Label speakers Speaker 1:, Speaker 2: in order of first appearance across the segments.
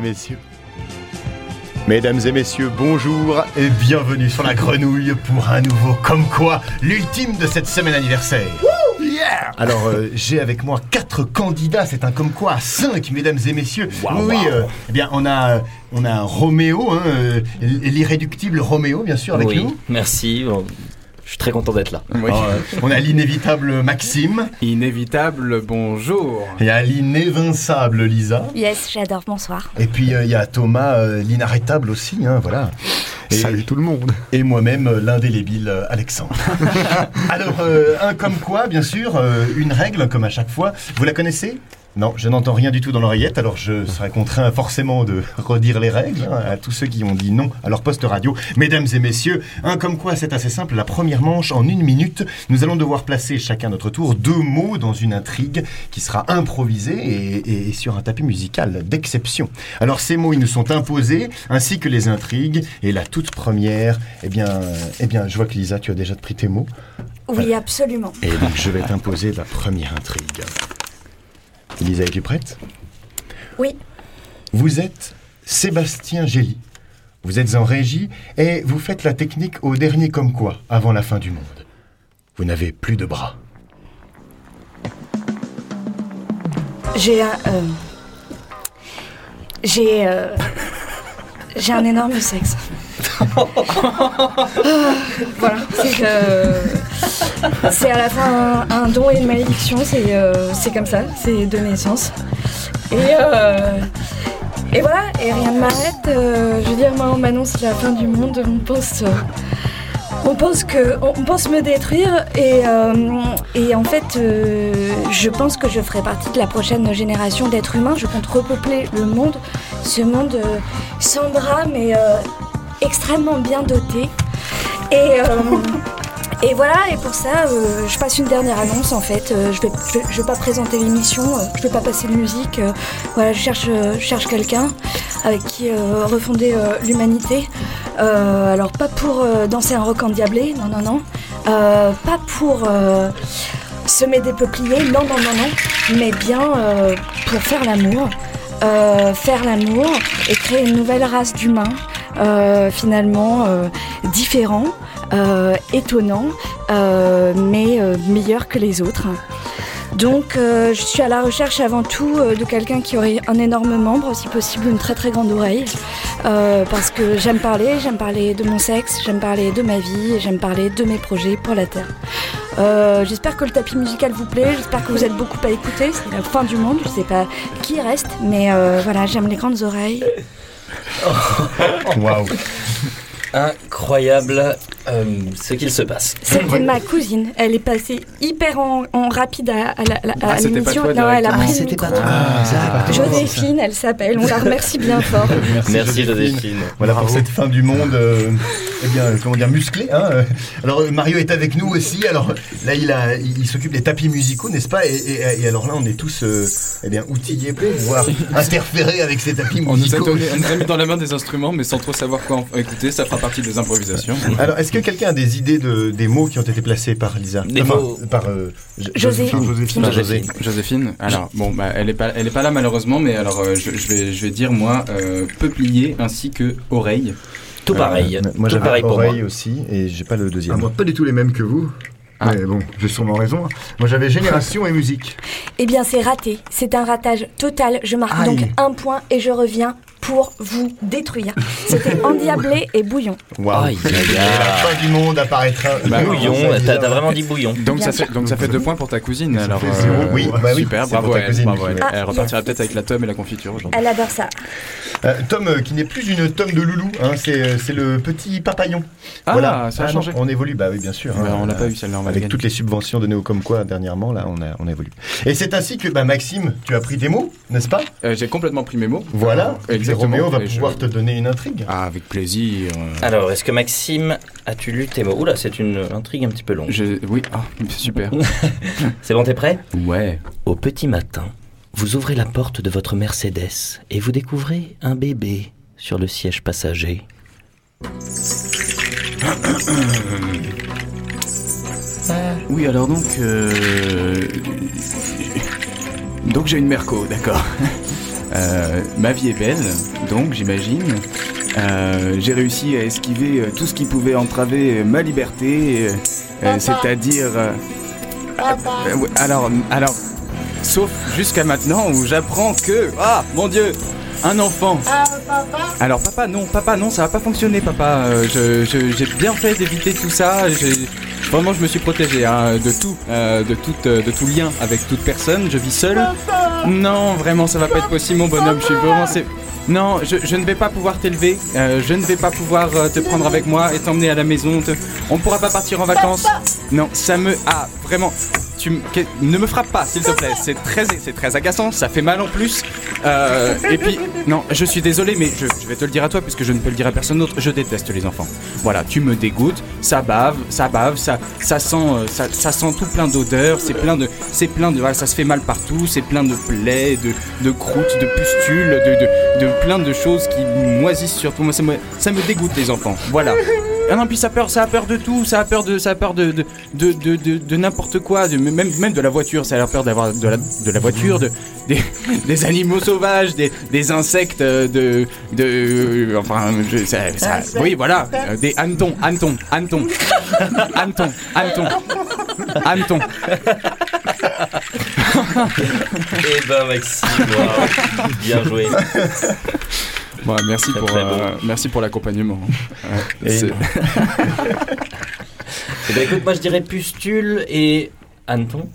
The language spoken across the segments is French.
Speaker 1: messieurs. Mesdames et messieurs, bonjour et bienvenue sur la grenouille pour un nouveau comme quoi, l'ultime de cette semaine anniversaire. Alors, euh, j'ai avec moi quatre candidats, c'est un comme quoi à 5, mesdames et messieurs.
Speaker 2: Waouh,
Speaker 1: oui,
Speaker 2: waouh.
Speaker 1: euh, eh bien, on a, euh, on a Roméo, hein, euh, l'irréductible Roméo, bien sûr, avec
Speaker 2: oui,
Speaker 1: nous.
Speaker 2: merci. bon, Je suis très content d'être là.
Speaker 1: Alors, euh, on a l'inévitable Maxime,
Speaker 3: Inévitable bonjour.
Speaker 1: il y a l'inévinçable Lisa,
Speaker 4: Yes, j'adore, bonsoir.
Speaker 1: et puis euh, il y a Thomas, euh, l'inarrêtable aussi, hein, voilà. Et-
Speaker 5: Salut tout le monde.
Speaker 1: et moi-même euh, l'indélébile euh, Alexandre. Alors, euh, un comme quoi, bien sûr, euh, une règle comme à chaque fois. Vous la connaissez non, je n'entends rien du tout dans l'oreillette, alors je serai contraint forcément de redire les règles hein, à tous ceux qui ont dit non à leur poste radio. Mesdames et messieurs, un comme quoi c'est assez simple, la première manche en une minute, nous allons devoir placer chacun notre tour deux mots dans une intrigue qui sera improvisée et- et sur un tapis musical d'exception. Alors ces mots, ils nous sont imposés, ainsi que les intrigues. Et la toute première, eh bien, euh, eh bien, je vois que Lisa, tu as déjà pris tes mots.
Speaker 4: Oui, absolument.
Speaker 1: Et donc je vais t'imposer la première intrigue. Lisa, es-tu prête
Speaker 4: Oui,
Speaker 1: Vous êtes Sébastien Gély. Vous êtes en régie et vous faites la technique au dernier comme quoi, avant la fin du monde. Vous n'avez plus de bras.
Speaker 4: j'ai un. euh, j'ai. euh, j'ai un énorme sexe. Ah, voilà, c'est que- C'est à la fois un, un don et une malédiction, c'est euh, c'est comme ça, c'est de naissance. Et. euh, et voilà, et rien ne m'arrête. euh, je veux dire, moi, on m'annonce la fin du monde, on pense. euh, On pense que on pense me détruire et, euh, et en fait euh, je pense que je ferai partie de la prochaine génération d'êtres humains. Je compte repeupler le monde, ce monde euh, sans bras mais euh, extrêmement bien doté. Et, euh, et voilà, et pour ça euh, je passe une dernière annonce en fait. Euh, je vais, je, vais- je vais pas présenter l'émission, euh, je vais pas passer de musique. euh, voilà, je cherche, euh, je cherche quelqu'un avec qui euh, refonder euh, l'humanité. Euh, alors pas pour euh, danser un rock endiablé, non, non, non. Euh, pas pour euh, semer des peupliers, non, non, non, non. Mais bien euh, pour faire l'amour. Euh, faire l'amour et créer une nouvelle race d'humains, euh, finalement euh, différents, euh, étonnants, euh, mais euh, meilleurs que les autres. Donc euh, je suis à la recherche avant tout euh, de quelqu'un qui aurait un énorme membre, si possible une très très grande oreille, euh, parce que j'aime parler, j'aime parler de mon sexe, j'aime parler de ma vie, et j'aime parler de mes projets pour la Terre. Euh, j'espère que le tapis musical vous plaît, j'espère que vous êtes beaucoup à écouter, c'est la fin du monde, je sais pas qui reste, mais euh, voilà, j'aime les grandes oreilles.
Speaker 1: Waouh
Speaker 2: Incroyable euh, ce qu'il se passe.
Speaker 4: C'était ma cousine, elle est passée hyper en, en rapide à, à la- à
Speaker 3: Ah, c'était pas
Speaker 4: l'émission,
Speaker 3: toi
Speaker 4: non, elle a
Speaker 3: directement.
Speaker 4: pris
Speaker 3: Ah,
Speaker 4: le
Speaker 6: c'était
Speaker 4: micro.
Speaker 6: pas toi.
Speaker 4: Joséphine, elle s'appelle, on la remercie bien fort.
Speaker 2: Merci Joséphine.
Speaker 1: Voilà pour cette fin du monde, euh, eh bien, euh, comment dire, musclée. Hein euh. alors euh, Mario est avec nous aussi. Alors là, il, a- il il s'occupe des tapis musicaux, n'est-ce pas et, et- et alors là, on est tous euh, eh bien, outillés pour pouvoir interférer avec ces tapis
Speaker 3: On nous, a
Speaker 1: musicaux.
Speaker 3: donné- on nous a mis dans la main des instruments, mais sans trop savoir quoi en écouter. Ça fera partie des improvisations.
Speaker 1: Alors, est-ce que quelqu'un a des idées de, des mots qui ont été placés par Lisa
Speaker 2: Des
Speaker 1: Enfin,
Speaker 2: mots.
Speaker 1: par euh, Jo-
Speaker 4: José.
Speaker 1: Joséphine.
Speaker 2: Enfin,
Speaker 1: José.
Speaker 3: Joséphine, alors bon, bah, elle est pas, elle est pas là malheureusement, mais alors euh, je, je vais, je vais dire moi euh, peuplier ainsi que oreille.
Speaker 2: Tout pareil.
Speaker 1: Euh, Moi,
Speaker 2: Tout
Speaker 1: j'avais
Speaker 2: pareil pour moi.
Speaker 1: oreille aussi, et j'ai pas le deuxième.
Speaker 5: Ah, moi, pas du tout les mêmes que vous.
Speaker 3: Ah.
Speaker 5: Mais bon, j'ai sûrement raison. hein. Moi, j'avais génération et musique.
Speaker 4: Eh bien, c'est raté. C'est un ratage total. Je marque
Speaker 5: Aïe.
Speaker 4: donc un point et je reviens pour vous détruire. C'était endiablé et bouillon.
Speaker 1: Waouh.
Speaker 2: Aïe, aïe, aïe.
Speaker 1: Et la fin du monde apparaîtra.
Speaker 3: Bah,
Speaker 2: Bouillon,
Speaker 1: Ça,
Speaker 2: t'as
Speaker 1: Lisa.
Speaker 2: t'as vraiment dit bouillon.
Speaker 3: Donc ça
Speaker 4: Bien
Speaker 3: fait, donc ça fait deux points pour ta cousine. Alors euh,
Speaker 5: fait zéro.
Speaker 1: Oui, bah oui,
Speaker 3: super,
Speaker 1: c'est pour
Speaker 3: bravo,
Speaker 1: ta
Speaker 3: elle,
Speaker 1: cousine.
Speaker 3: bravo, elle.
Speaker 4: Ah,
Speaker 3: Elle repartira
Speaker 4: yes.
Speaker 3: peut-être avec la tome et la confiture aujourd'hui.
Speaker 4: Elle adore ça.
Speaker 1: Euh, Tom, euh, qui n'est plus une Tom de loulou, hein, c'est euh, c'est le petit papayon.
Speaker 3: Ah, ça
Speaker 1: non,
Speaker 3: a changé.
Speaker 1: on évolue, bah oui, bien sûr.
Speaker 3: Bah,
Speaker 1: hein,
Speaker 3: on l'a
Speaker 1: euh,
Speaker 3: pas eu celle-là, on va la
Speaker 1: Avec
Speaker 3: gagner.
Speaker 1: toutes les subventions données au Comme quoi dernièrement, là, on, a, on évolue. Et c'est ainsi que, bah, Maxime, tu as pris tes mots, n'est-ce pas
Speaker 3: Euh, J'ai complètement pris mes mots.
Speaker 1: Voilà. Et
Speaker 3: Exactement.
Speaker 1: Roméo va
Speaker 3: Et je-
Speaker 1: pouvoir te donner une intrigue.
Speaker 3: Ah, avec plaisir.
Speaker 2: Alors, est-ce que Maxime, as-tu lu tes mots Oula, c'est une intrigue un petit peu longue.
Speaker 3: Je- Oui, ah, super.
Speaker 2: C'est bon, t'es prêt
Speaker 3: Ouais.
Speaker 2: Au petit matin, vous ouvrez la porte de votre Mercedes et vous découvrez un bébé sur le siège passager.
Speaker 3: Oui, alors donc. euh, Donc j'ai une Merco, d'accord. Euh, ma vie est belle, donc j'imagine. Euh, j'ai réussi à esquiver euh, tout ce qui pouvait entraver euh, ma liberté, euh, euh, c'est-à-dire. euh, euh, ouais, alors, alors, sauf jusqu'à maintenant où j'apprends que, ah, mon Dieu, un enfant. Alors papa, non, papa, non, ça va pas fonctionner, papa. Euh, je- je- j'ai bien fait d'éviter tout ça. J'ai- Vraiment, je me suis protégé hein, de tout, euh, de tout, euh, de tout lien avec toute personne. Je vis seul. Non, vraiment, ça va pas être possible, mon bonhomme. Je suis vraiment. sé- Non, je, je ne vais pas pouvoir t'élever. Euh, je ne vais pas pouvoir euh, te prendre avec moi et t'emmener à la maison. te- On pourra pas partir en vacances. Non, ça me. Ah, vraiment. Tu me- que- Ne me frappe pas, s'il te plaît. C'est très, c'est très agaçant. Ça fait mal en plus. Euh, et puis, non, je suis désolé, mais je, je vais te le dire à toi puisque je ne peux le dire à personne d'autre. Je déteste les enfants. Voilà, tu me dégoûtes. Ça bave, ça bave, ça, ça sent, euh, ça, ça sent tout plein d'odeurs. C'est plein de, c'est plein de, voilà, ça se fait mal partout. C'est plein de plaies, de, de croûtes, de pustules, de, de, de plein de choses qui moisissent sur toi. Moi, ça me, ça me dégoûte les enfants. Voilà. Ah non, puis ça a peur, ça a peur de tout, ça a peur de, ça a peur de, de, de, de, de- de n'importe quoi, de, même, même de la voiture, ça a peur d'avoir de la, de la voiture, de, des, des animaux sauvages, des, des insectes, euh, de, de, enfin, je, ça, ça- oui, voilà, euh, des hannetons, hannetons, hannetons, hannetons, hannetons, hannetons.
Speaker 2: Eh ben, Maxime, waouh. bien joué.
Speaker 3: Bon, merci
Speaker 2: Très,
Speaker 3: pour,
Speaker 2: très bon.
Speaker 3: euh, merci pour l'accompagnement. Ouais,
Speaker 2: Et-
Speaker 3: c'est-
Speaker 2: Eh ben, écoute, moi, je dirais pustule et hanneton.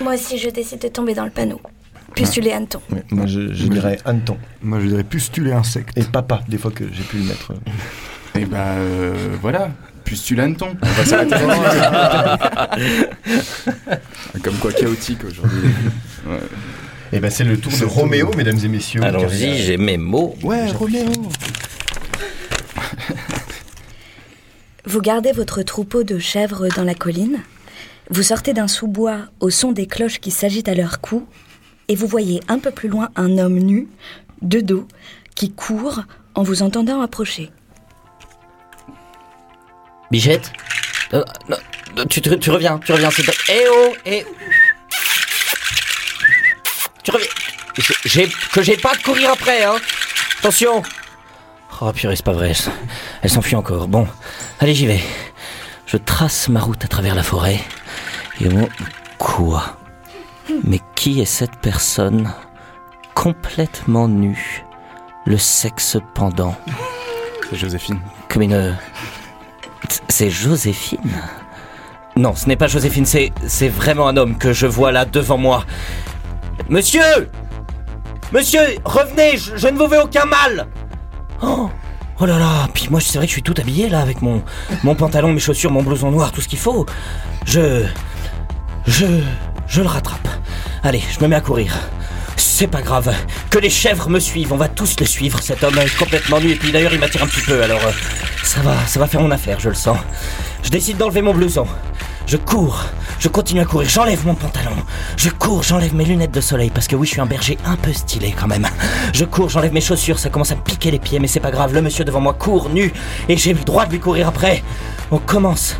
Speaker 4: Moi aussi, je décide de tomber dans le panneau. Pustule et hanneton.
Speaker 1: Moi, je, je dirais hanneton.
Speaker 5: Moi, je dirais pustule et insecte.
Speaker 1: Et papa, des fois que j'ai pu le mettre.
Speaker 3: et ben, euh, voilà, pustule hanneton. On va s'arrêter là. Comme quoi chaotique aujourd'hui. Ouais.
Speaker 1: Et ben, c'est le tour de Roméo, mesdames et messieurs.
Speaker 2: Allons-y, j'ai mes mots.
Speaker 3: Ouais, Roméo
Speaker 4: Vous gardez votre troupeau de chèvres dans la colline, vous sortez d'un sous-bois au son des cloches qui s'agitent à leur cou, et vous voyez un peu plus loin un homme nu, de dos, qui court en vous entendant approcher.
Speaker 2: Bichette Euh, non, non, tu, tu- tu reviens, tu reviens, c'est... Eh oh, eh... Tu reviens... J'ai- j'ai- que j'ai pas de courir après, hein Attention Oh purée, c'est pas vrai, elle, elle s'enfuit encore. Bon, allez, j'y vais. Je trace ma route à travers la forêt. Et bon... Quoi Mais qui est cette personne complètement nue, le sexe pendant
Speaker 3: C'est Joséphine.
Speaker 2: comme une. euh, C'est Joséphine Non, ce n'est pas Joséphine, c'est. C'est vraiment un homme que je vois là devant moi. Monsieur Monsieur, revenez, je, je ne vous veux aucun mal Oh Oh là là, puis moi c'est vrai que je suis tout habillé là avec mon, mon pantalon, mes chaussures, mon blouson noir, tout ce qu'il faut. Je. Je. Je le rattrape. Allez, je me mets à courir. C'est pas grave. Que les chèvres me suivent. On va tous le suivre. Cet homme est complètement nu. Et puis d'ailleurs, il m'attire un petit peu. Alors, euh, ça va, ça va faire mon affaire, je le sens. Je décide d'enlever mon blouson. Je cours. Je continue à courir. J'enlève mon pantalon. Je cours. J'enlève mes lunettes de soleil. Parce que oui, je suis un berger un peu stylé quand même. Je cours. J'enlève mes chaussures. Ça commence à me piquer les pieds. Mais c'est pas grave. Le monsieur devant moi court nu. Et j'ai le droit de lui courir après. On commence.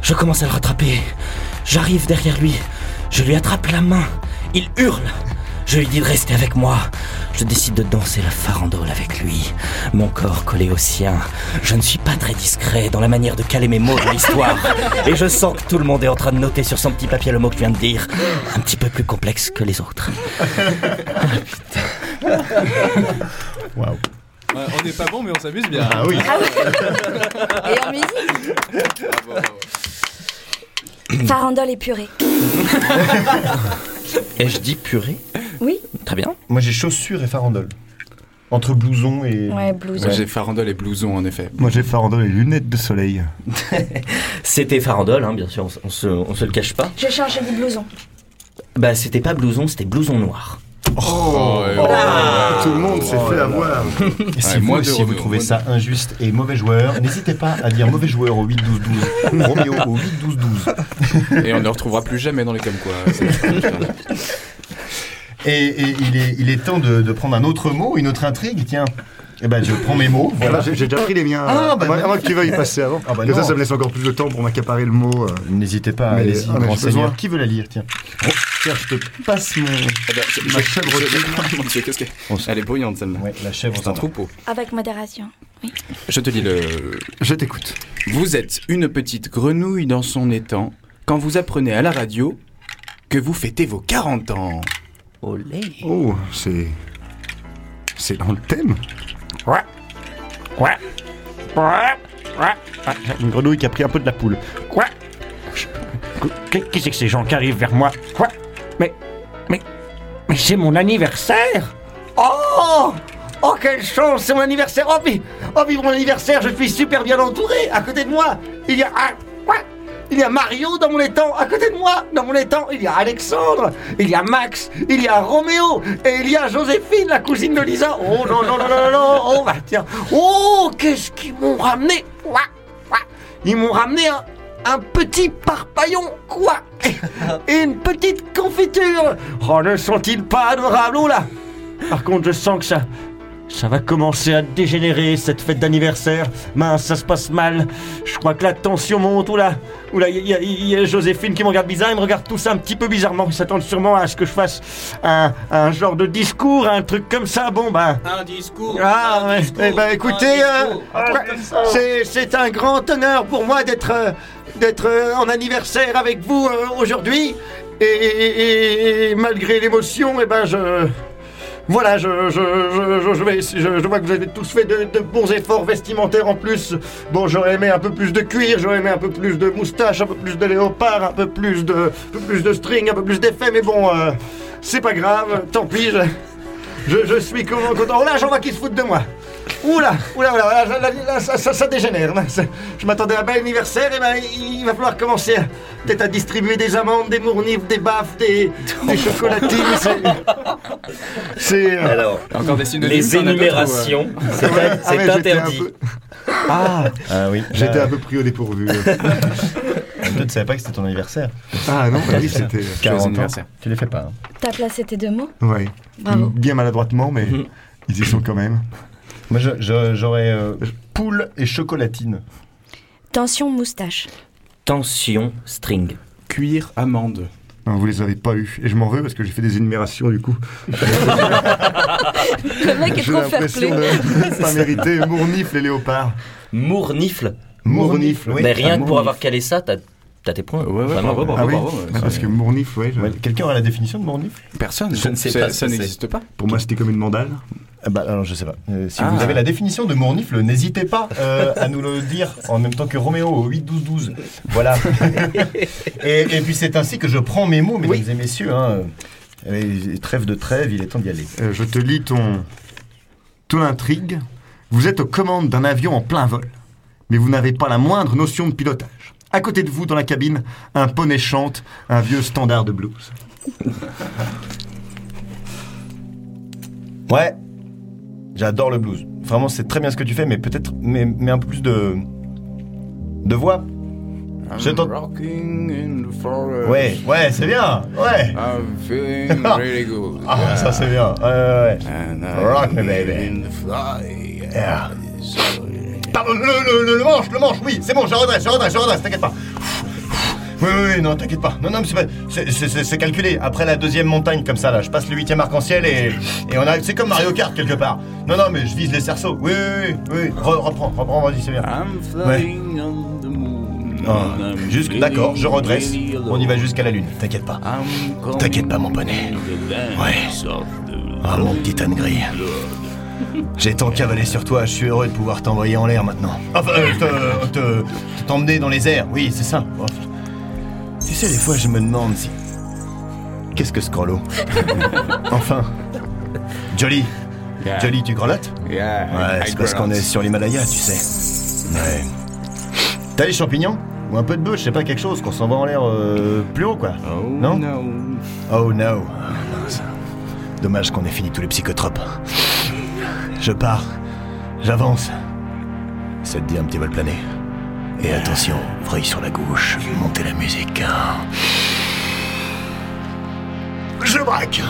Speaker 2: Je commence à le rattraper. J'arrive derrière lui. Je lui attrape la main. Il hurle. Je lui dis de rester avec moi. Je décide de danser la farandole avec lui. Mon corps collé au sien. Je ne suis pas très discret dans la manière de caler mes mots dans l'histoire. Et je sens que tout le monde est en train de noter sur son petit papier le mot que je viens de dire. Un petit peu plus complexe que les autres.
Speaker 1: Waouh.
Speaker 3: on n'est pas bon, mais on s'amuse bien.
Speaker 1: Ah oui.
Speaker 4: Et en musique Farandole et purée.
Speaker 2: Et je dis purée
Speaker 4: Oui
Speaker 2: Très bien.
Speaker 1: Moi, j'ai chaussures et farandole. Entre blouson et.
Speaker 4: Ouais, blouson.
Speaker 3: J'ai farandole et blouson en effet.
Speaker 5: Moi, j'ai farandole et lunettes de soleil.
Speaker 2: C'était farandole, hein, bien sûr, on, se- on se, on se le cache pas.
Speaker 4: J'ai cherché du blouson.
Speaker 2: Bah, c'était pas blouson, c'était blouson noir.
Speaker 3: Oh. euh,
Speaker 5: Tout le monde s'est fait avoir.
Speaker 1: Et Si
Speaker 3: Ouais,
Speaker 1: vous
Speaker 3: moins
Speaker 1: aussi
Speaker 3: de Roméo,
Speaker 1: vous trouvez
Speaker 3: moins
Speaker 1: ça injuste et mauvais joueur, n'hésitez pas à dire mauvais joueur au 8-12-12, Roméo au 8-12-12.
Speaker 3: Et on ne le retrouvera plus jamais dans les comme quoi.
Speaker 1: Et, et il, est, il est temps de, de prendre un autre mot, une autre intrigue, tiens. Eh ben, je prends mes mots,
Speaker 5: Voilà,
Speaker 1: voilà.
Speaker 5: Ah, bah, j'ai j'ai déjà pris les miens.
Speaker 1: Ah,
Speaker 5: euh,
Speaker 1: bah,
Speaker 5: avant,
Speaker 1: bah,
Speaker 5: avant que tu veuilles passer avant.
Speaker 1: Ah, bah,
Speaker 5: Comme ça,
Speaker 1: non.
Speaker 5: ça me laisse encore plus de temps pour m'accaparer le mot. euh.
Speaker 1: N'hésitez pas à
Speaker 5: Mais,
Speaker 1: aller
Speaker 5: ah, mais j'ai
Speaker 1: renseigner.
Speaker 5: besoin.
Speaker 1: Qui veut la lire, tiens Tiens, je te passe mon.
Speaker 3: Ma chèvre Mon Dieu, qu'est-ce que.
Speaker 1: On se-
Speaker 3: Elle est bruyante celle-là.
Speaker 1: Ouais, la chèvre
Speaker 3: C'est un
Speaker 1: s'en va.
Speaker 3: troupeau.
Speaker 6: Avec modération.
Speaker 3: Je te lis le.
Speaker 5: Je t'écoute.
Speaker 3: Vous êtes une petite grenouille dans son étang quand vous apprenez à la radio que vous fêtez vos 40 ans.
Speaker 2: Olé.
Speaker 5: Oh, c'est. C'est dans le thème
Speaker 7: Une grenouille qui a pris un peu de la poule. Quoi Je- Qu'est- Qui c'est que ces gens qui arrivent vers moi Quoi Mais. Mais. Mais c'est mon anniversaire Oh Oh, quelle chance C'est mon anniversaire Oh, vi- oh vive mon anniversaire Je suis super bien entouré À côté de moi, il y a. ah, quoi il y a Mario dans mon étang, à côté de moi, dans mon étang, il y a Alexandre, il y a Max, il y a Roméo, et il y a Joséphine, la cousine de Lisa. Oh non, non, non, non, non, non, oh bah tiens, oh qu'est-ce qu'ils m'ont ramené Ouah, ouah. Ils m'ont ramené un, un petit parpaillon, quoi Et- Et une petite confiture Oh, ne sont-ils pas adorables, oh là Par contre, je sens que ça... Ça va commencer à dégénérer cette fête d'anniversaire. Mince, ça se passe mal. Je crois que la tension monte. Oula, oula, il y, a- il y a Joséphine qui me regarde bizarre. Ils me regardent tous un petit peu bizarrement. Ils s'attendent sûrement à ce que je fasse un, un genre de discours, un truc comme ça. Bon, ben.
Speaker 2: Un discours.
Speaker 7: Ah, ouais. Eh ben, écoutez, euh, ouais, c'est- c'est un grand honneur pour moi d'être euh, d'être euh, en anniversaire avec vous euh, aujourd'hui. Et, et- et malgré l'émotion, eh ben, je. Voilà, je, je, je, je- je vais, je, je vois que vous avez tous fait de, de bons efforts vestimentaires en plus. Bon, j'aurais aimé un peu plus de cuir, j'aurais aimé un peu plus de moustache, un peu plus de léopard, un peu plus de, un peu plus de string, un peu plus d'effets, mais bon, euh, c'est pas grave, tant pis, je, je, je suis comment content. Oh là, j'en vois qui se foutent de moi. Oula, oula, oula, là, là, là, là, ça, ça- ça dégénère. là. C'est- Je m'attendais à un bel anniversaire, et ben il il va falloir commencer à- peut-être à distribuer des amandes, des mournives, des baffes, des, des chocolatines. c'est- C'est. euh,
Speaker 2: Alors,
Speaker 3: Encore des synonymes.
Speaker 2: les
Speaker 3: t'en as d'autres,
Speaker 2: énumérations, c'est
Speaker 5: Ah,
Speaker 2: c'est
Speaker 5: mais j'étais un
Speaker 2: interdit.
Speaker 5: peu-
Speaker 7: Ah,
Speaker 1: Ah oui.
Speaker 5: J'étais
Speaker 1: Euh,
Speaker 5: un peu pris au dépourvu.
Speaker 1: Toi, tu savais pas que c'était ton anniversaire.
Speaker 5: ah non, bah oui, c'était.
Speaker 3: ou, euh,
Speaker 1: 40 ans.
Speaker 3: anniversaire.
Speaker 1: Tu les fais pas. hein.
Speaker 6: T'as placé tes deux mots
Speaker 5: Ouais.
Speaker 4: Ah
Speaker 6: Bravo.
Speaker 4: Mm.
Speaker 5: Bien maladroitement, mais ils y sont quand même.
Speaker 1: Moi, je- je- j'aurais euh, poule et chocolatine.
Speaker 6: Tension moustache.
Speaker 2: Tension string.
Speaker 3: Cuir, amande.
Speaker 5: Non, vous les avez pas eu. Et je m'en veux parce que j'ai fait des énumérations du coup.
Speaker 4: Le mec est
Speaker 5: J'ai
Speaker 4: trop fair play.
Speaker 5: l'impression de pas mériter Mournifle et Léopard.
Speaker 2: Mournifle.
Speaker 1: Mournifle, oui. Ah,
Speaker 2: Mais rien que pour
Speaker 1: Mournifle.
Speaker 2: avoir calé ça, t'as t'as tes points.
Speaker 3: Ouais, ouais, bravo, bravo.
Speaker 5: Ah oui,
Speaker 3: ouais,
Speaker 5: Ah, parce
Speaker 3: c'est-
Speaker 5: que Mournifle, ouais. je-
Speaker 1: Ouais, Quelqu'un a la définition de mournifle
Speaker 3: Personne.
Speaker 2: Je ne sais
Speaker 3: Ça-
Speaker 2: pas ce
Speaker 3: Ça
Speaker 2: que c'est.
Speaker 3: n'existe pas.
Speaker 5: Pour moi, c'était comme une mandale.
Speaker 1: Ah Bah, alors, je sais pas. Euh, si
Speaker 3: Ah.
Speaker 1: vous avez la définition de mournifle, n'hésitez pas euh, à nous le dire en même temps que Roméo au 8-12-12. Voilà. et, et puis, c'est ainsi que je prends mes mots, mesdames et messieurs. hein. Euh, et trêve de trêve, il est temps d'y aller.
Speaker 5: Euh, je te lis ton, ton intrigue. Vous êtes aux commandes d'un avion en plein vol, mais vous n'avez pas la moindre notion de pilotage. À côté de vous, dans la cabine, un poney chante un vieux standard de blues.
Speaker 1: Ouais, j'adore le blues. Vraiment, c'est très bien ce que tu fais, mais peut-être mais, mais un peu plus de. de voix. Je t'en-
Speaker 3: Rocking in the forest.
Speaker 1: Ouais, ouais, c'est bien, ouais.
Speaker 3: I'm feeling really good.
Speaker 1: Ah, ça c'est bien, ouais, ouais, ouais.
Speaker 3: And
Speaker 1: Rock me,
Speaker 3: I'm
Speaker 1: baby.
Speaker 3: in the fly.
Speaker 1: Yeah. Pardon, le, le, le, le manche, le manche, oui, c'est bon, je redresse, je redresse, je redresse, t'inquiète pas. Oui, oui, oui, non, t'inquiète pas. Non, non, mais c'est pas. c'est- c'est- C'est c'est calculé. Après la deuxième montagne, comme ça, là, je passe le huitième arc-en-ciel et. Et on arrive. C'est comme Mario Kart, quelque part. Non, non, mais je vise les cerceaux. Oui, oui, oui, oui. Re- reprends, reprends, vas-y, c'est bien.
Speaker 3: I'm flying on the moon.
Speaker 1: Ah,
Speaker 3: and I'm
Speaker 1: juste,
Speaker 3: really,
Speaker 1: d'accord, je redresse.
Speaker 3: really alone.
Speaker 1: On y va jusqu'à la lune, t'inquiète pas.
Speaker 3: I'm
Speaker 1: T'inquiète pas, mon poney.
Speaker 3: coming to the
Speaker 1: Ouais.
Speaker 3: dance of the
Speaker 1: Ah, mon petit âne gris. J'ai tant cavalé sur toi, je suis heureux de pouvoir t'envoyer en l'air maintenant. Enfin, euh, te- te- t'emmener dans les airs, oui, c'est ça. Oh. Tu sais, des fois, je me demande si. Qu'est-ce que ce corlot Enfin. Jolie,
Speaker 3: Yeah.
Speaker 1: Jolie, tu grelottes
Speaker 3: Yeah,
Speaker 1: Ouais,
Speaker 3: I
Speaker 1: c'est parce qu'on
Speaker 3: grant.
Speaker 1: est sur l'Himalaya, tu sais. Ouais. T'as les champignons Ou un peu de bœuf, je sais pas, quelque chose, qu'on s'en va en l'air euh, plus haut, quoi.
Speaker 3: Oh,
Speaker 1: non
Speaker 3: no.
Speaker 1: Oh no. Ah, mince. Dommage qu'on ait fini tous les psychotropes. Je pars. J'avance. Ça te dit un petit vol plané. Et attention, vrille sur la gauche. Montez la musique. Je braque.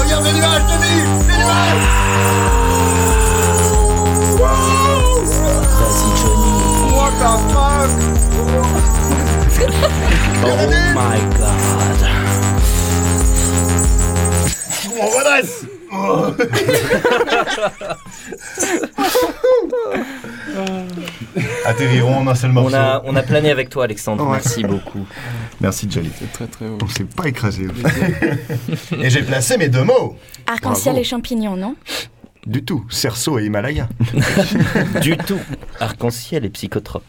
Speaker 1: Regarde les nuages, Denis Les nuages
Speaker 2: Oh my god.
Speaker 1: On redresse Atterrirons en un seul morceau.
Speaker 2: On a, on a plané avec toi, Alexandre. Merci beaucoup.
Speaker 1: Merci Jolly.
Speaker 3: C'est très très haut.
Speaker 5: On s'est pas écrasé.
Speaker 1: Et j'ai placé mes deux mots.
Speaker 6: Arc-en-ciel
Speaker 5: Bravo.
Speaker 6: et champignons, non
Speaker 4: Mm.
Speaker 5: du tout. Cerceau et Himalaya.
Speaker 2: Du tout. Arc-en-ciel et psychotrope.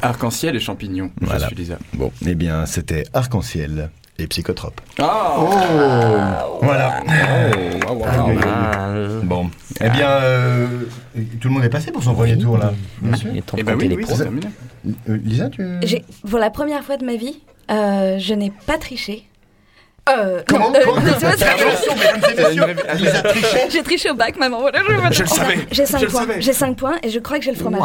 Speaker 3: Arc-en-ciel et champignons. Je
Speaker 1: Voilà.
Speaker 3: suis Lisa.
Speaker 1: Bon, eh bien, c'était Arc-en-Ciel et Psychotrope.
Speaker 3: Oh,
Speaker 1: Voilà.
Speaker 3: wow, wow,
Speaker 2: Ah,
Speaker 3: wow.
Speaker 1: Ah, Bon. Eh bien, euh, tout le monde est passé pour son premier tour, là. Bien sûr.
Speaker 2: Il est temps
Speaker 3: Eh
Speaker 2: de
Speaker 3: ben
Speaker 2: compter
Speaker 3: oui,
Speaker 2: les
Speaker 3: oui,
Speaker 2: points.
Speaker 3: c'est terminé.
Speaker 1: Euh, Lisa, tu...
Speaker 4: J'ai- Pour la première fois de ma vie, euh, je n'ai pas triché. Euh,
Speaker 1: Comment
Speaker 4: non, euh,
Speaker 1: Comment
Speaker 4: non, tu vois, c'est-
Speaker 1: Attention, mesdames et messieurs, Lisa trichait.
Speaker 4: J'ai triché au bac, maman. Voilà, je,
Speaker 3: Je le savais.
Speaker 4: J'ai 5
Speaker 3: Je le
Speaker 4: points.
Speaker 3: savais.
Speaker 4: J'ai 5 points et je crois que j'ai le fromage.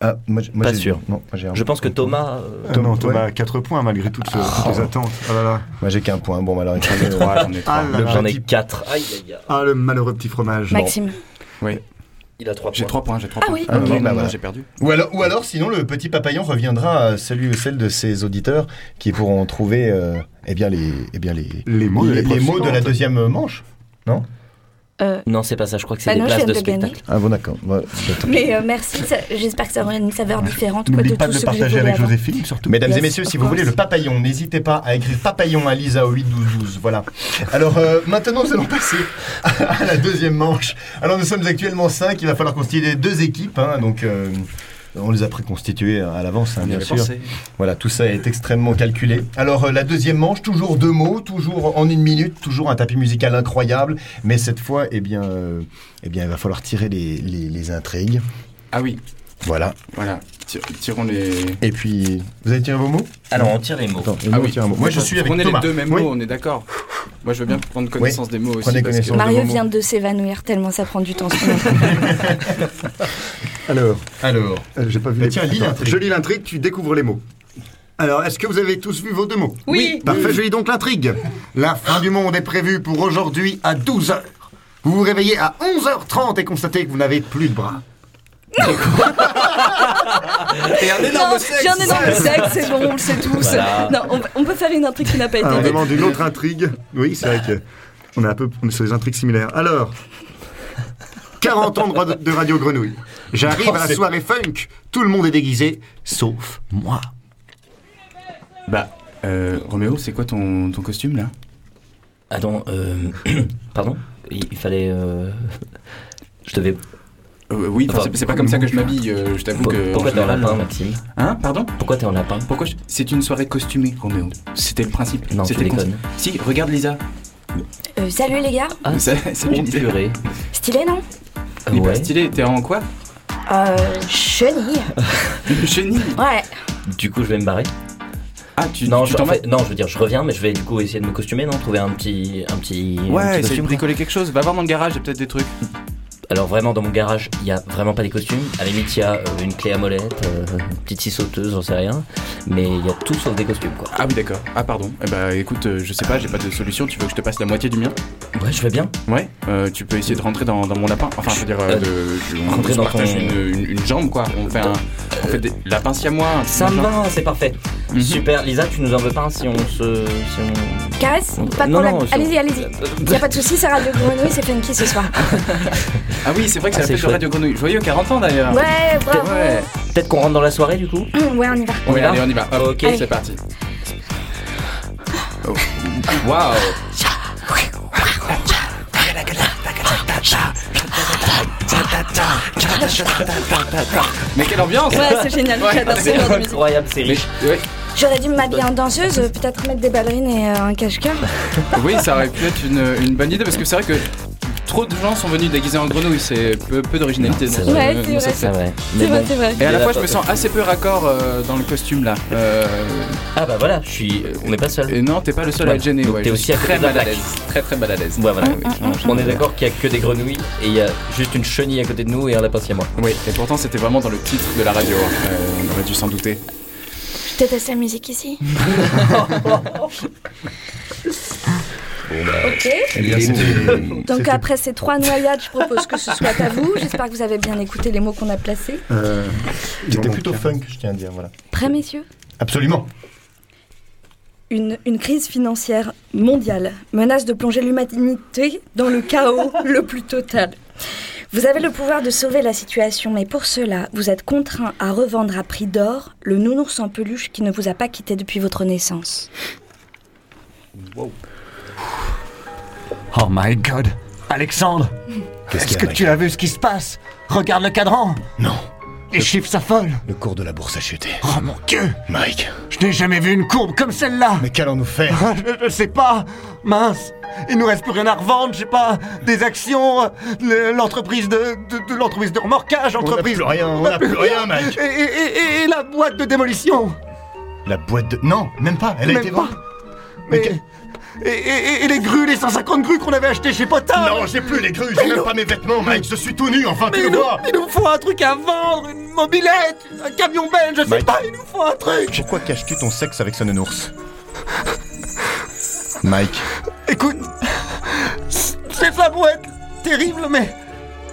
Speaker 1: Ah, moi, j- moi,
Speaker 2: Pas
Speaker 1: j'ai-
Speaker 2: sûr.
Speaker 1: Non, moi, j'ai un-
Speaker 2: Je pense que Thomas. euh,
Speaker 5: Thomas,
Speaker 1: ouais.
Speaker 5: Thomas a 4 points malgré toutes, ce- toutes les attentes. Ah là là.
Speaker 1: Moi, j'ai qu'un point. Bon, bah, alors, il faut-
Speaker 3: Trois, j'en ai trois.
Speaker 5: Ah là là.
Speaker 2: J'en ai
Speaker 5: petit-
Speaker 2: 4. Aïe, aïe, aïe.
Speaker 5: Ah le malheureux petit fromage.
Speaker 4: Maxime.
Speaker 2: Il a 3 points.
Speaker 3: J'ai trois points, j'ai trois
Speaker 4: Ah
Speaker 3: points.
Speaker 4: oui.
Speaker 1: Ah,
Speaker 3: non,
Speaker 1: oui,
Speaker 3: non,
Speaker 1: bah
Speaker 3: non,
Speaker 1: voilà.
Speaker 3: j'ai perdu.
Speaker 1: Ou alors, ou alors, sinon, le petit papayon reviendra à celui ou celle de ses auditeurs qui pourront trouver euh, eh bien, les, eh bien, les,
Speaker 5: Les mots de
Speaker 1: les,
Speaker 5: l'épreuve
Speaker 1: mots de la
Speaker 5: suivante.
Speaker 1: deuxième manche.
Speaker 4: Euh,
Speaker 2: Non, c'est pas ça. Je crois que c'est
Speaker 4: Bah
Speaker 2: des
Speaker 4: non,
Speaker 2: places
Speaker 4: je viens
Speaker 2: de
Speaker 4: de gagner.
Speaker 2: spectacle.
Speaker 1: Ah bon, d'accord. Bah, attends.
Speaker 6: Mais euh, merci, ça- j'espère que ça aura une saveur différente quoi, de
Speaker 5: N'oublie pas
Speaker 6: tout
Speaker 5: de le
Speaker 6: ce que j'ai
Speaker 5: partager
Speaker 6: voulu
Speaker 5: avec
Speaker 6: avant.
Speaker 5: Joséphine surtout.
Speaker 1: Mesdames et
Speaker 6: Yes,
Speaker 1: messieurs, si
Speaker 6: of
Speaker 1: vous
Speaker 6: course.
Speaker 1: voulez le papayon, n'hésitez pas à écrire papayon à Lisa au 8 12 12. Voilà. Alors euh, maintenant, nous allons passer à la deuxième manche. Alors nous sommes actuellement 5, il va falloir constituer deux équipes. hein, donc euh, on les a préconstituées à l'avance, hein, bien sûr. Voilà, tout ça est extrêmement calculé. Alors euh, la deuxième manche, toujours deux mots, toujours en une minute, toujours un tapis musical incroyable. Mais cette fois, eh bien, euh, eh bien il va falloir tirer les, les- les intrigues.
Speaker 3: Ah oui,
Speaker 1: Voilà.
Speaker 3: voilà. Tir- Tirons les.
Speaker 1: Et puis, vous avez tiré vos mots
Speaker 2: Alors, on tire les mots.
Speaker 1: Attends, les
Speaker 3: Ah
Speaker 1: mots,
Speaker 3: oui.
Speaker 1: tirez un mot. Moi je suis avec
Speaker 3: Prenez
Speaker 1: Thomas.
Speaker 3: les deux mêmes
Speaker 1: Oui.
Speaker 3: mots, on est d'accord. Moi, je veux bien prendre connaissance des mots aussi.
Speaker 1: Prenez
Speaker 3: parce que-
Speaker 1: connaissance.
Speaker 6: Mario
Speaker 1: Bon,
Speaker 6: vient de s'évanouir tellement ça prend du temps. ce moment.
Speaker 5: Alors,
Speaker 1: Alors.
Speaker 5: euh, j'ai pas vu.
Speaker 1: Bah
Speaker 5: les-
Speaker 1: tiens, lis
Speaker 5: Attends,
Speaker 1: l'intrigue.
Speaker 5: Je lis l'intrigue, tu découvres les mots. Alors, est-ce que vous avez tous vu vos deux mots
Speaker 4: Oui.
Speaker 5: Parfait, je lis donc l'intrigue. La fin
Speaker 7: Oh,
Speaker 5: du monde est prévue pour aujourd'hui à 12h. Vous vous réveillez à 11h30 et constatez que vous n'avez plus de bras.
Speaker 3: Et un énorme
Speaker 4: Non,
Speaker 3: sexe
Speaker 4: j'ai un énorme sexe, c'est bon, on le sait tous.
Speaker 2: Voilà. Ah,
Speaker 4: Non, on, on peut faire une intrigue qui n'a pas été
Speaker 5: Alors, Ah, on
Speaker 4: faite.
Speaker 5: demande une autre intrigue. Oui, c'est vrai que on est un peu on est sur des intrigues similaires. Alors, 40 ans de, radio- de Radio Grenouille. J'arrive
Speaker 7: Oh,
Speaker 5: à la soirée funk. Tout le monde est déguisé, sauf moi.
Speaker 3: Bah, euh, Roméo, c'est quoi ton, ton costume là
Speaker 2: Attends, euh... pardon il, il fallait. euh, Je devais.
Speaker 3: Euh, Oui, enfin,
Speaker 2: Enfin,
Speaker 3: c'est- c'est pas comme ça que je m'habille, euh, je t'avoue
Speaker 2: Pour-
Speaker 3: que.
Speaker 2: Pourquoi
Speaker 3: en
Speaker 2: t'es en
Speaker 3: général,
Speaker 2: lapin,
Speaker 3: euh,
Speaker 2: Maxime
Speaker 3: Hein Pardon
Speaker 2: Pourquoi t'es en lapin
Speaker 3: Pourquoi je- C'est une soirée costumée, Roméo. C'était le principe.
Speaker 2: Non, tu
Speaker 3: C'était le
Speaker 2: déconnes.
Speaker 3: concept. Si, regarde Lisa.
Speaker 6: Euh, salut les gars,
Speaker 2: Ah,
Speaker 3: C'est c'est une
Speaker 2: oh,
Speaker 3: idée.
Speaker 2: purée. Ah
Speaker 6: stylé non
Speaker 3: Il est pas
Speaker 2: Ouais.
Speaker 3: stylé, t'es en quoi
Speaker 6: euh, Chenille.
Speaker 3: Chenille
Speaker 6: Ouais,
Speaker 2: Du coup, je vais me barrer.
Speaker 3: Ah, tu
Speaker 2: Non,
Speaker 3: tu
Speaker 2: je,
Speaker 3: t'en
Speaker 2: en
Speaker 3: vas
Speaker 2: fait, non, je veux dire, je reviens, mais je vais du coup essayer de me costumer, non Trouver un petit, un petit, un petit
Speaker 3: Ouais, essaye de
Speaker 2: costume.
Speaker 3: bricoler quelque chose. Va voir dans le garage, il y a peut-être des trucs.
Speaker 2: Alors vraiment, dans mon garage, il y a vraiment pas des costumes. À la limite, il y a euh, une clé à molette, euh, une petite scie sauteuse, j'en sais rien. Mais il y a tout sauf des costumes, quoi.
Speaker 3: Ah oui, d'accord. Ah, pardon. Eh bah, écoute, euh, je sais pas, j'ai pas de solution. Tu veux que je te passe la moitié du mien
Speaker 2: Ouais, je vais bien.
Speaker 3: Ouais. Euh, tu peux essayer de rentrer dans, dans mon lapin. Enfin, je veux dire, euh,
Speaker 2: Euh,
Speaker 3: de, je- on
Speaker 2: rentrer
Speaker 3: se
Speaker 2: dans
Speaker 3: partage
Speaker 2: ton-
Speaker 3: une, une- une jambe, quoi. On fait un. On fait des lapins siamois. un
Speaker 2: Ça me
Speaker 3: machin.
Speaker 2: va, c'est parfait.
Speaker 3: Mhm.
Speaker 2: Super, Lisa, tu nous en veux pas si on se, si on.
Speaker 6: caresse, pas de
Speaker 2: Non,
Speaker 6: problème.
Speaker 2: non, c'est-
Speaker 6: Allez-y, allez-y. Y a pas de soucis, c'est Radio Grenouille, c'est funky ce soir.
Speaker 3: Ah oui, c'est vrai que
Speaker 2: Ah,
Speaker 3: c'est
Speaker 2: c'est
Speaker 3: la fête de
Speaker 2: chouette.
Speaker 3: Radio Grenouille. Joyeux 40 ans d'ailleurs.
Speaker 6: Ouais, bravo. Mmh,
Speaker 3: Ouais.
Speaker 2: Peut-être qu'on rentre dans la soirée, du coup.
Speaker 6: Ouais, on y va.
Speaker 2: On
Speaker 3: Ouais,
Speaker 2: y va
Speaker 3: allez, on y va. Hop,
Speaker 2: Ok.
Speaker 3: c'est parti. Oh. Waouh. Mais quelle ambiance
Speaker 4: Ouais, c'est génial, j'adore ce genre de musique.
Speaker 2: Incroyable, c'est
Speaker 3: Mais-
Speaker 2: riche.
Speaker 3: ouais.
Speaker 6: J'aurais dû m'habiller en danseuse, euh, peut-être mettre des ballerines et euh, un cache-cœur.
Speaker 3: Oui, ça aurait pu être une, une bonne idée parce que c'est vrai que trop de gens sont venus déguisés en grenouille, c'est peu, peu d'originalité.
Speaker 2: C'est
Speaker 3: dans ce-
Speaker 4: vrai. Ouais,
Speaker 3: dans
Speaker 4: c'est
Speaker 3: cette
Speaker 4: vrai.
Speaker 2: C'est vrai. Ah
Speaker 3: fête.
Speaker 2: Mais
Speaker 4: C'est vrai,
Speaker 2: bon.
Speaker 4: c'est vrai.
Speaker 3: Et à la
Speaker 2: Il
Speaker 3: fois,
Speaker 2: a
Speaker 3: je me
Speaker 2: pas
Speaker 3: sens assez peu raccord euh, dans le costume là. Euh,
Speaker 2: Ah bah voilà, je suis. On n'est pas seul.
Speaker 3: et non, t'es pas le seul à
Speaker 2: Voilà.
Speaker 3: être gêné.
Speaker 2: Donc
Speaker 3: Ouais,
Speaker 2: t'es
Speaker 3: je
Speaker 2: aussi
Speaker 3: suis
Speaker 2: à côté
Speaker 3: très
Speaker 2: de la
Speaker 3: mal à
Speaker 2: plaque.
Speaker 3: l'aise. Très très mal à l'aise.
Speaker 2: Ouais, voilà.
Speaker 3: Ah oui, non, je
Speaker 2: On est
Speaker 3: comprends.
Speaker 2: d'accord qu'il y a que des grenouilles et il y a juste une chenille à côté de nous et un lapin siamois.
Speaker 3: Oui, et pourtant c'était vraiment dans le titre de la radio. hein. Euh, on aurait dû s'en douter.
Speaker 6: Je déteste la musique ici.
Speaker 4: Ok.
Speaker 1: Eh bien,
Speaker 3: Et
Speaker 1: c'était-
Speaker 3: nous-
Speaker 4: Donc
Speaker 8: C'était-
Speaker 4: après ces trois noyades, je propose que ce soit à vous. J'espère que vous avez bien écouté les mots qu'on a placés.
Speaker 8: Euh,
Speaker 1: c'était plutôt funk, je tiens à dire. Voilà.
Speaker 4: Prêts, messieurs
Speaker 1: Absolument.
Speaker 4: une, une crise financière mondiale menace de plonger l'humanité dans le chaos le plus total. Vous avez le pouvoir de sauver la situation, mais pour cela, vous êtes contraint à revendre à prix d'or le nounours en peluche qui ne vous a pas quitté depuis votre naissance.
Speaker 7: Oh my god Alexandre
Speaker 3: Qu'est-ce
Speaker 7: Est-ce
Speaker 3: qu'il y
Speaker 7: que
Speaker 3: a,
Speaker 7: tu as vu ce qui se passe Regarde le cadran
Speaker 1: Non,
Speaker 7: Les chiffres s'affolent
Speaker 1: le cours de la bourse a chuté.
Speaker 7: Oh mon dieu
Speaker 1: Mike,
Speaker 7: Je n'ai jamais vu une courbe comme celle-là
Speaker 1: mais qu'allons-nous faire
Speaker 7: Ah, Je, je sais pas Mince Il nous reste plus rien à revendre, je sais pas Des actions, euh, le- l'entreprise de, de, de l'entreprise de remorquage,
Speaker 1: On n'a
Speaker 7: entreprise...
Speaker 1: plus rien, on n'a plus rien, Mike.
Speaker 7: Et, et- et- et la boîte de démolition
Speaker 1: La boîte de. Non, même pas, elle a
Speaker 7: Même
Speaker 1: été
Speaker 7: pas.
Speaker 1: vendue.
Speaker 7: Mais...
Speaker 1: Mais
Speaker 7: Et, et- et les grues, les 150 grues qu'on avait achetées chez Potard
Speaker 1: Non, j'ai plus les grues, j'ai même pas mes vêtements, Mike, je suis tout nu, enfin, tu
Speaker 7: Mais il
Speaker 1: le
Speaker 7: nous,
Speaker 1: vois
Speaker 7: il nous faut un truc à vendre, une mobilette, un camion belge, je sais
Speaker 1: Mike.
Speaker 7: pas, il nous faut un truc
Speaker 1: Pourquoi caches-tu ton sexe avec ce nounours Mike,
Speaker 7: Écoute, c'est ça pour être terrible, mais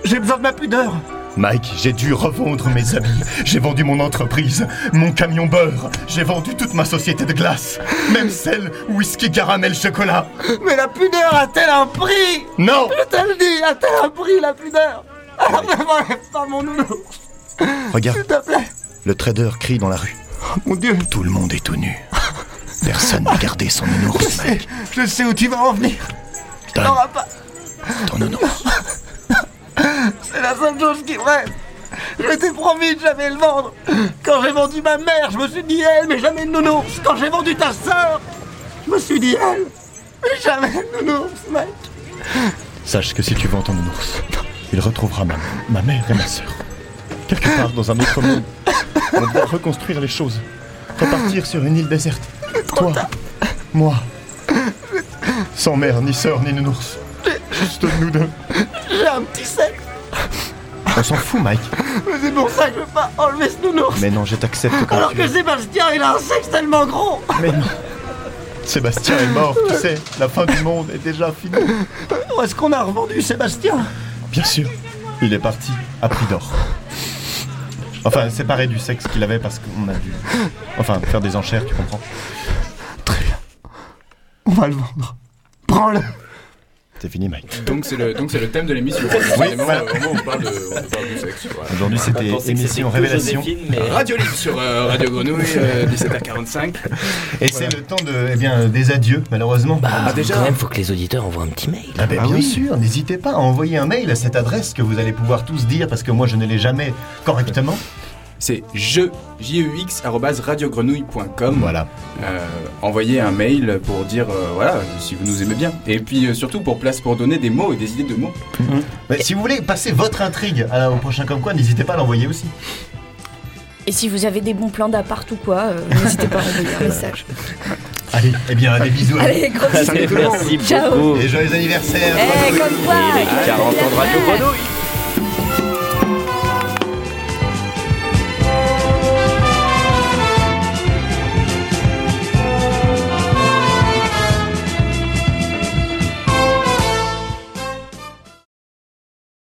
Speaker 7: j'ai besoin de ma pudeur.
Speaker 1: Mike, j'ai dû revendre mes habits, j'ai vendu mon entreprise, mon camion beurre, j'ai vendu toute ma société de glace, même celle whisky caramel chocolat.
Speaker 7: Mais la pudeur a-t-elle un prix
Speaker 1: Non
Speaker 7: Je te le dis, a-t-elle un prix, la pudeur Ah, mais m'enlève pas mon nounou,
Speaker 1: Regarde,
Speaker 7: s'il te plaît
Speaker 1: le trader crie dans la rue.
Speaker 7: Mon dieu,
Speaker 1: Tout le monde est tout nu. Personne n'a gardé son
Speaker 7: je
Speaker 1: nounours.
Speaker 7: sais, je sais où tu vas en venir.
Speaker 1: Donne
Speaker 7: T'auras pas...
Speaker 1: ton nounours.
Speaker 7: C'est la seule chose qui me reste. Je t'ai promis de jamais le vendre. Quand j'ai vendu ma mère, je me suis dit elle, mais jamais le nounours. Quand j'ai vendu ta sœur, je me suis dit elle, mais jamais le nounours, mec.
Speaker 1: Sache que si tu vends ton nounours, il retrouvera ma, ma mère et ma sœur. Quelque part dans un autre monde, on doit reconstruire les choses. Repartir sur une île déserte. Toi, moi, sans mère, ni sœur, ni nounours. Juste nous deux.
Speaker 7: J'ai un petit sexe,
Speaker 1: On s'en fout, Mike.
Speaker 7: mais c'est pour ça que je veux pas enlever ce nounours.
Speaker 1: Mais non, je t'accepte comme
Speaker 7: Alors
Speaker 1: tu es.
Speaker 7: que Sébastien, il a un sexe tellement gros.
Speaker 1: Mais non. Sébastien est mort, tu sais. La fin du monde est déjà finie.
Speaker 7: Où est-ce qu'on a revendu Sébastien
Speaker 1: Bien sûr, il est parti à prix d'or. Enfin, séparé du sexe qu'il avait parce qu'on a dû. Enfin, faire des enchères, tu comprends.
Speaker 7: On va le vendre. Prends-le.
Speaker 1: C'est fini, Mike.
Speaker 3: Donc c'est le, donc c'est le thème de l'émission. Décidément,
Speaker 1: voilà.
Speaker 3: euh, au moins, on parle de, on parle de sexe. voilà.
Speaker 1: Aujourd'hui, c'était émission révélation.
Speaker 2: Ah,
Speaker 3: Radio Libre sur euh, Radio Grenouille, euh, 17h45.
Speaker 1: Et c'est le temps de, eh bien, des adieux, malheureusement.
Speaker 9: Bah,
Speaker 2: Ah,
Speaker 3: déjà
Speaker 2: Quand même, faut que les auditeurs envoient un petit mail.
Speaker 1: Ah ben, bien sûr, n'hésitez pas à envoyer un mail à cette adresse que vous allez pouvoir tous dire parce que moi je ne l'ai jamais correctement.
Speaker 3: C'est je, J-E-U-X, arrobase
Speaker 9: Hum.
Speaker 3: radiogrenouille.com.
Speaker 1: Voilà.
Speaker 3: Euh, envoyez un mail pour dire, euh, voilà, si vous nous aimez bien. Et puis euh, surtout pour place pour donner des mots et des idées de mots.
Speaker 1: Mais si vous voulez passer votre intrigue à- au prochain comme quoi, n'hésitez pas à l'envoyer aussi.
Speaker 9: Et si vous avez des bons plans d'appart ou quoi, euh, n'hésitez pas à envoyer un message.
Speaker 1: Allez, eh bien, des bisous à vous.
Speaker 9: Allez, gros bisous.
Speaker 2: Merci
Speaker 9: Ciao.
Speaker 1: Oh.
Speaker 2: beaucoup.
Speaker 1: Et joyeux anniversaire
Speaker 9: Eh, comme quoi
Speaker 2: Et les 40 ans de Radio Grenouille.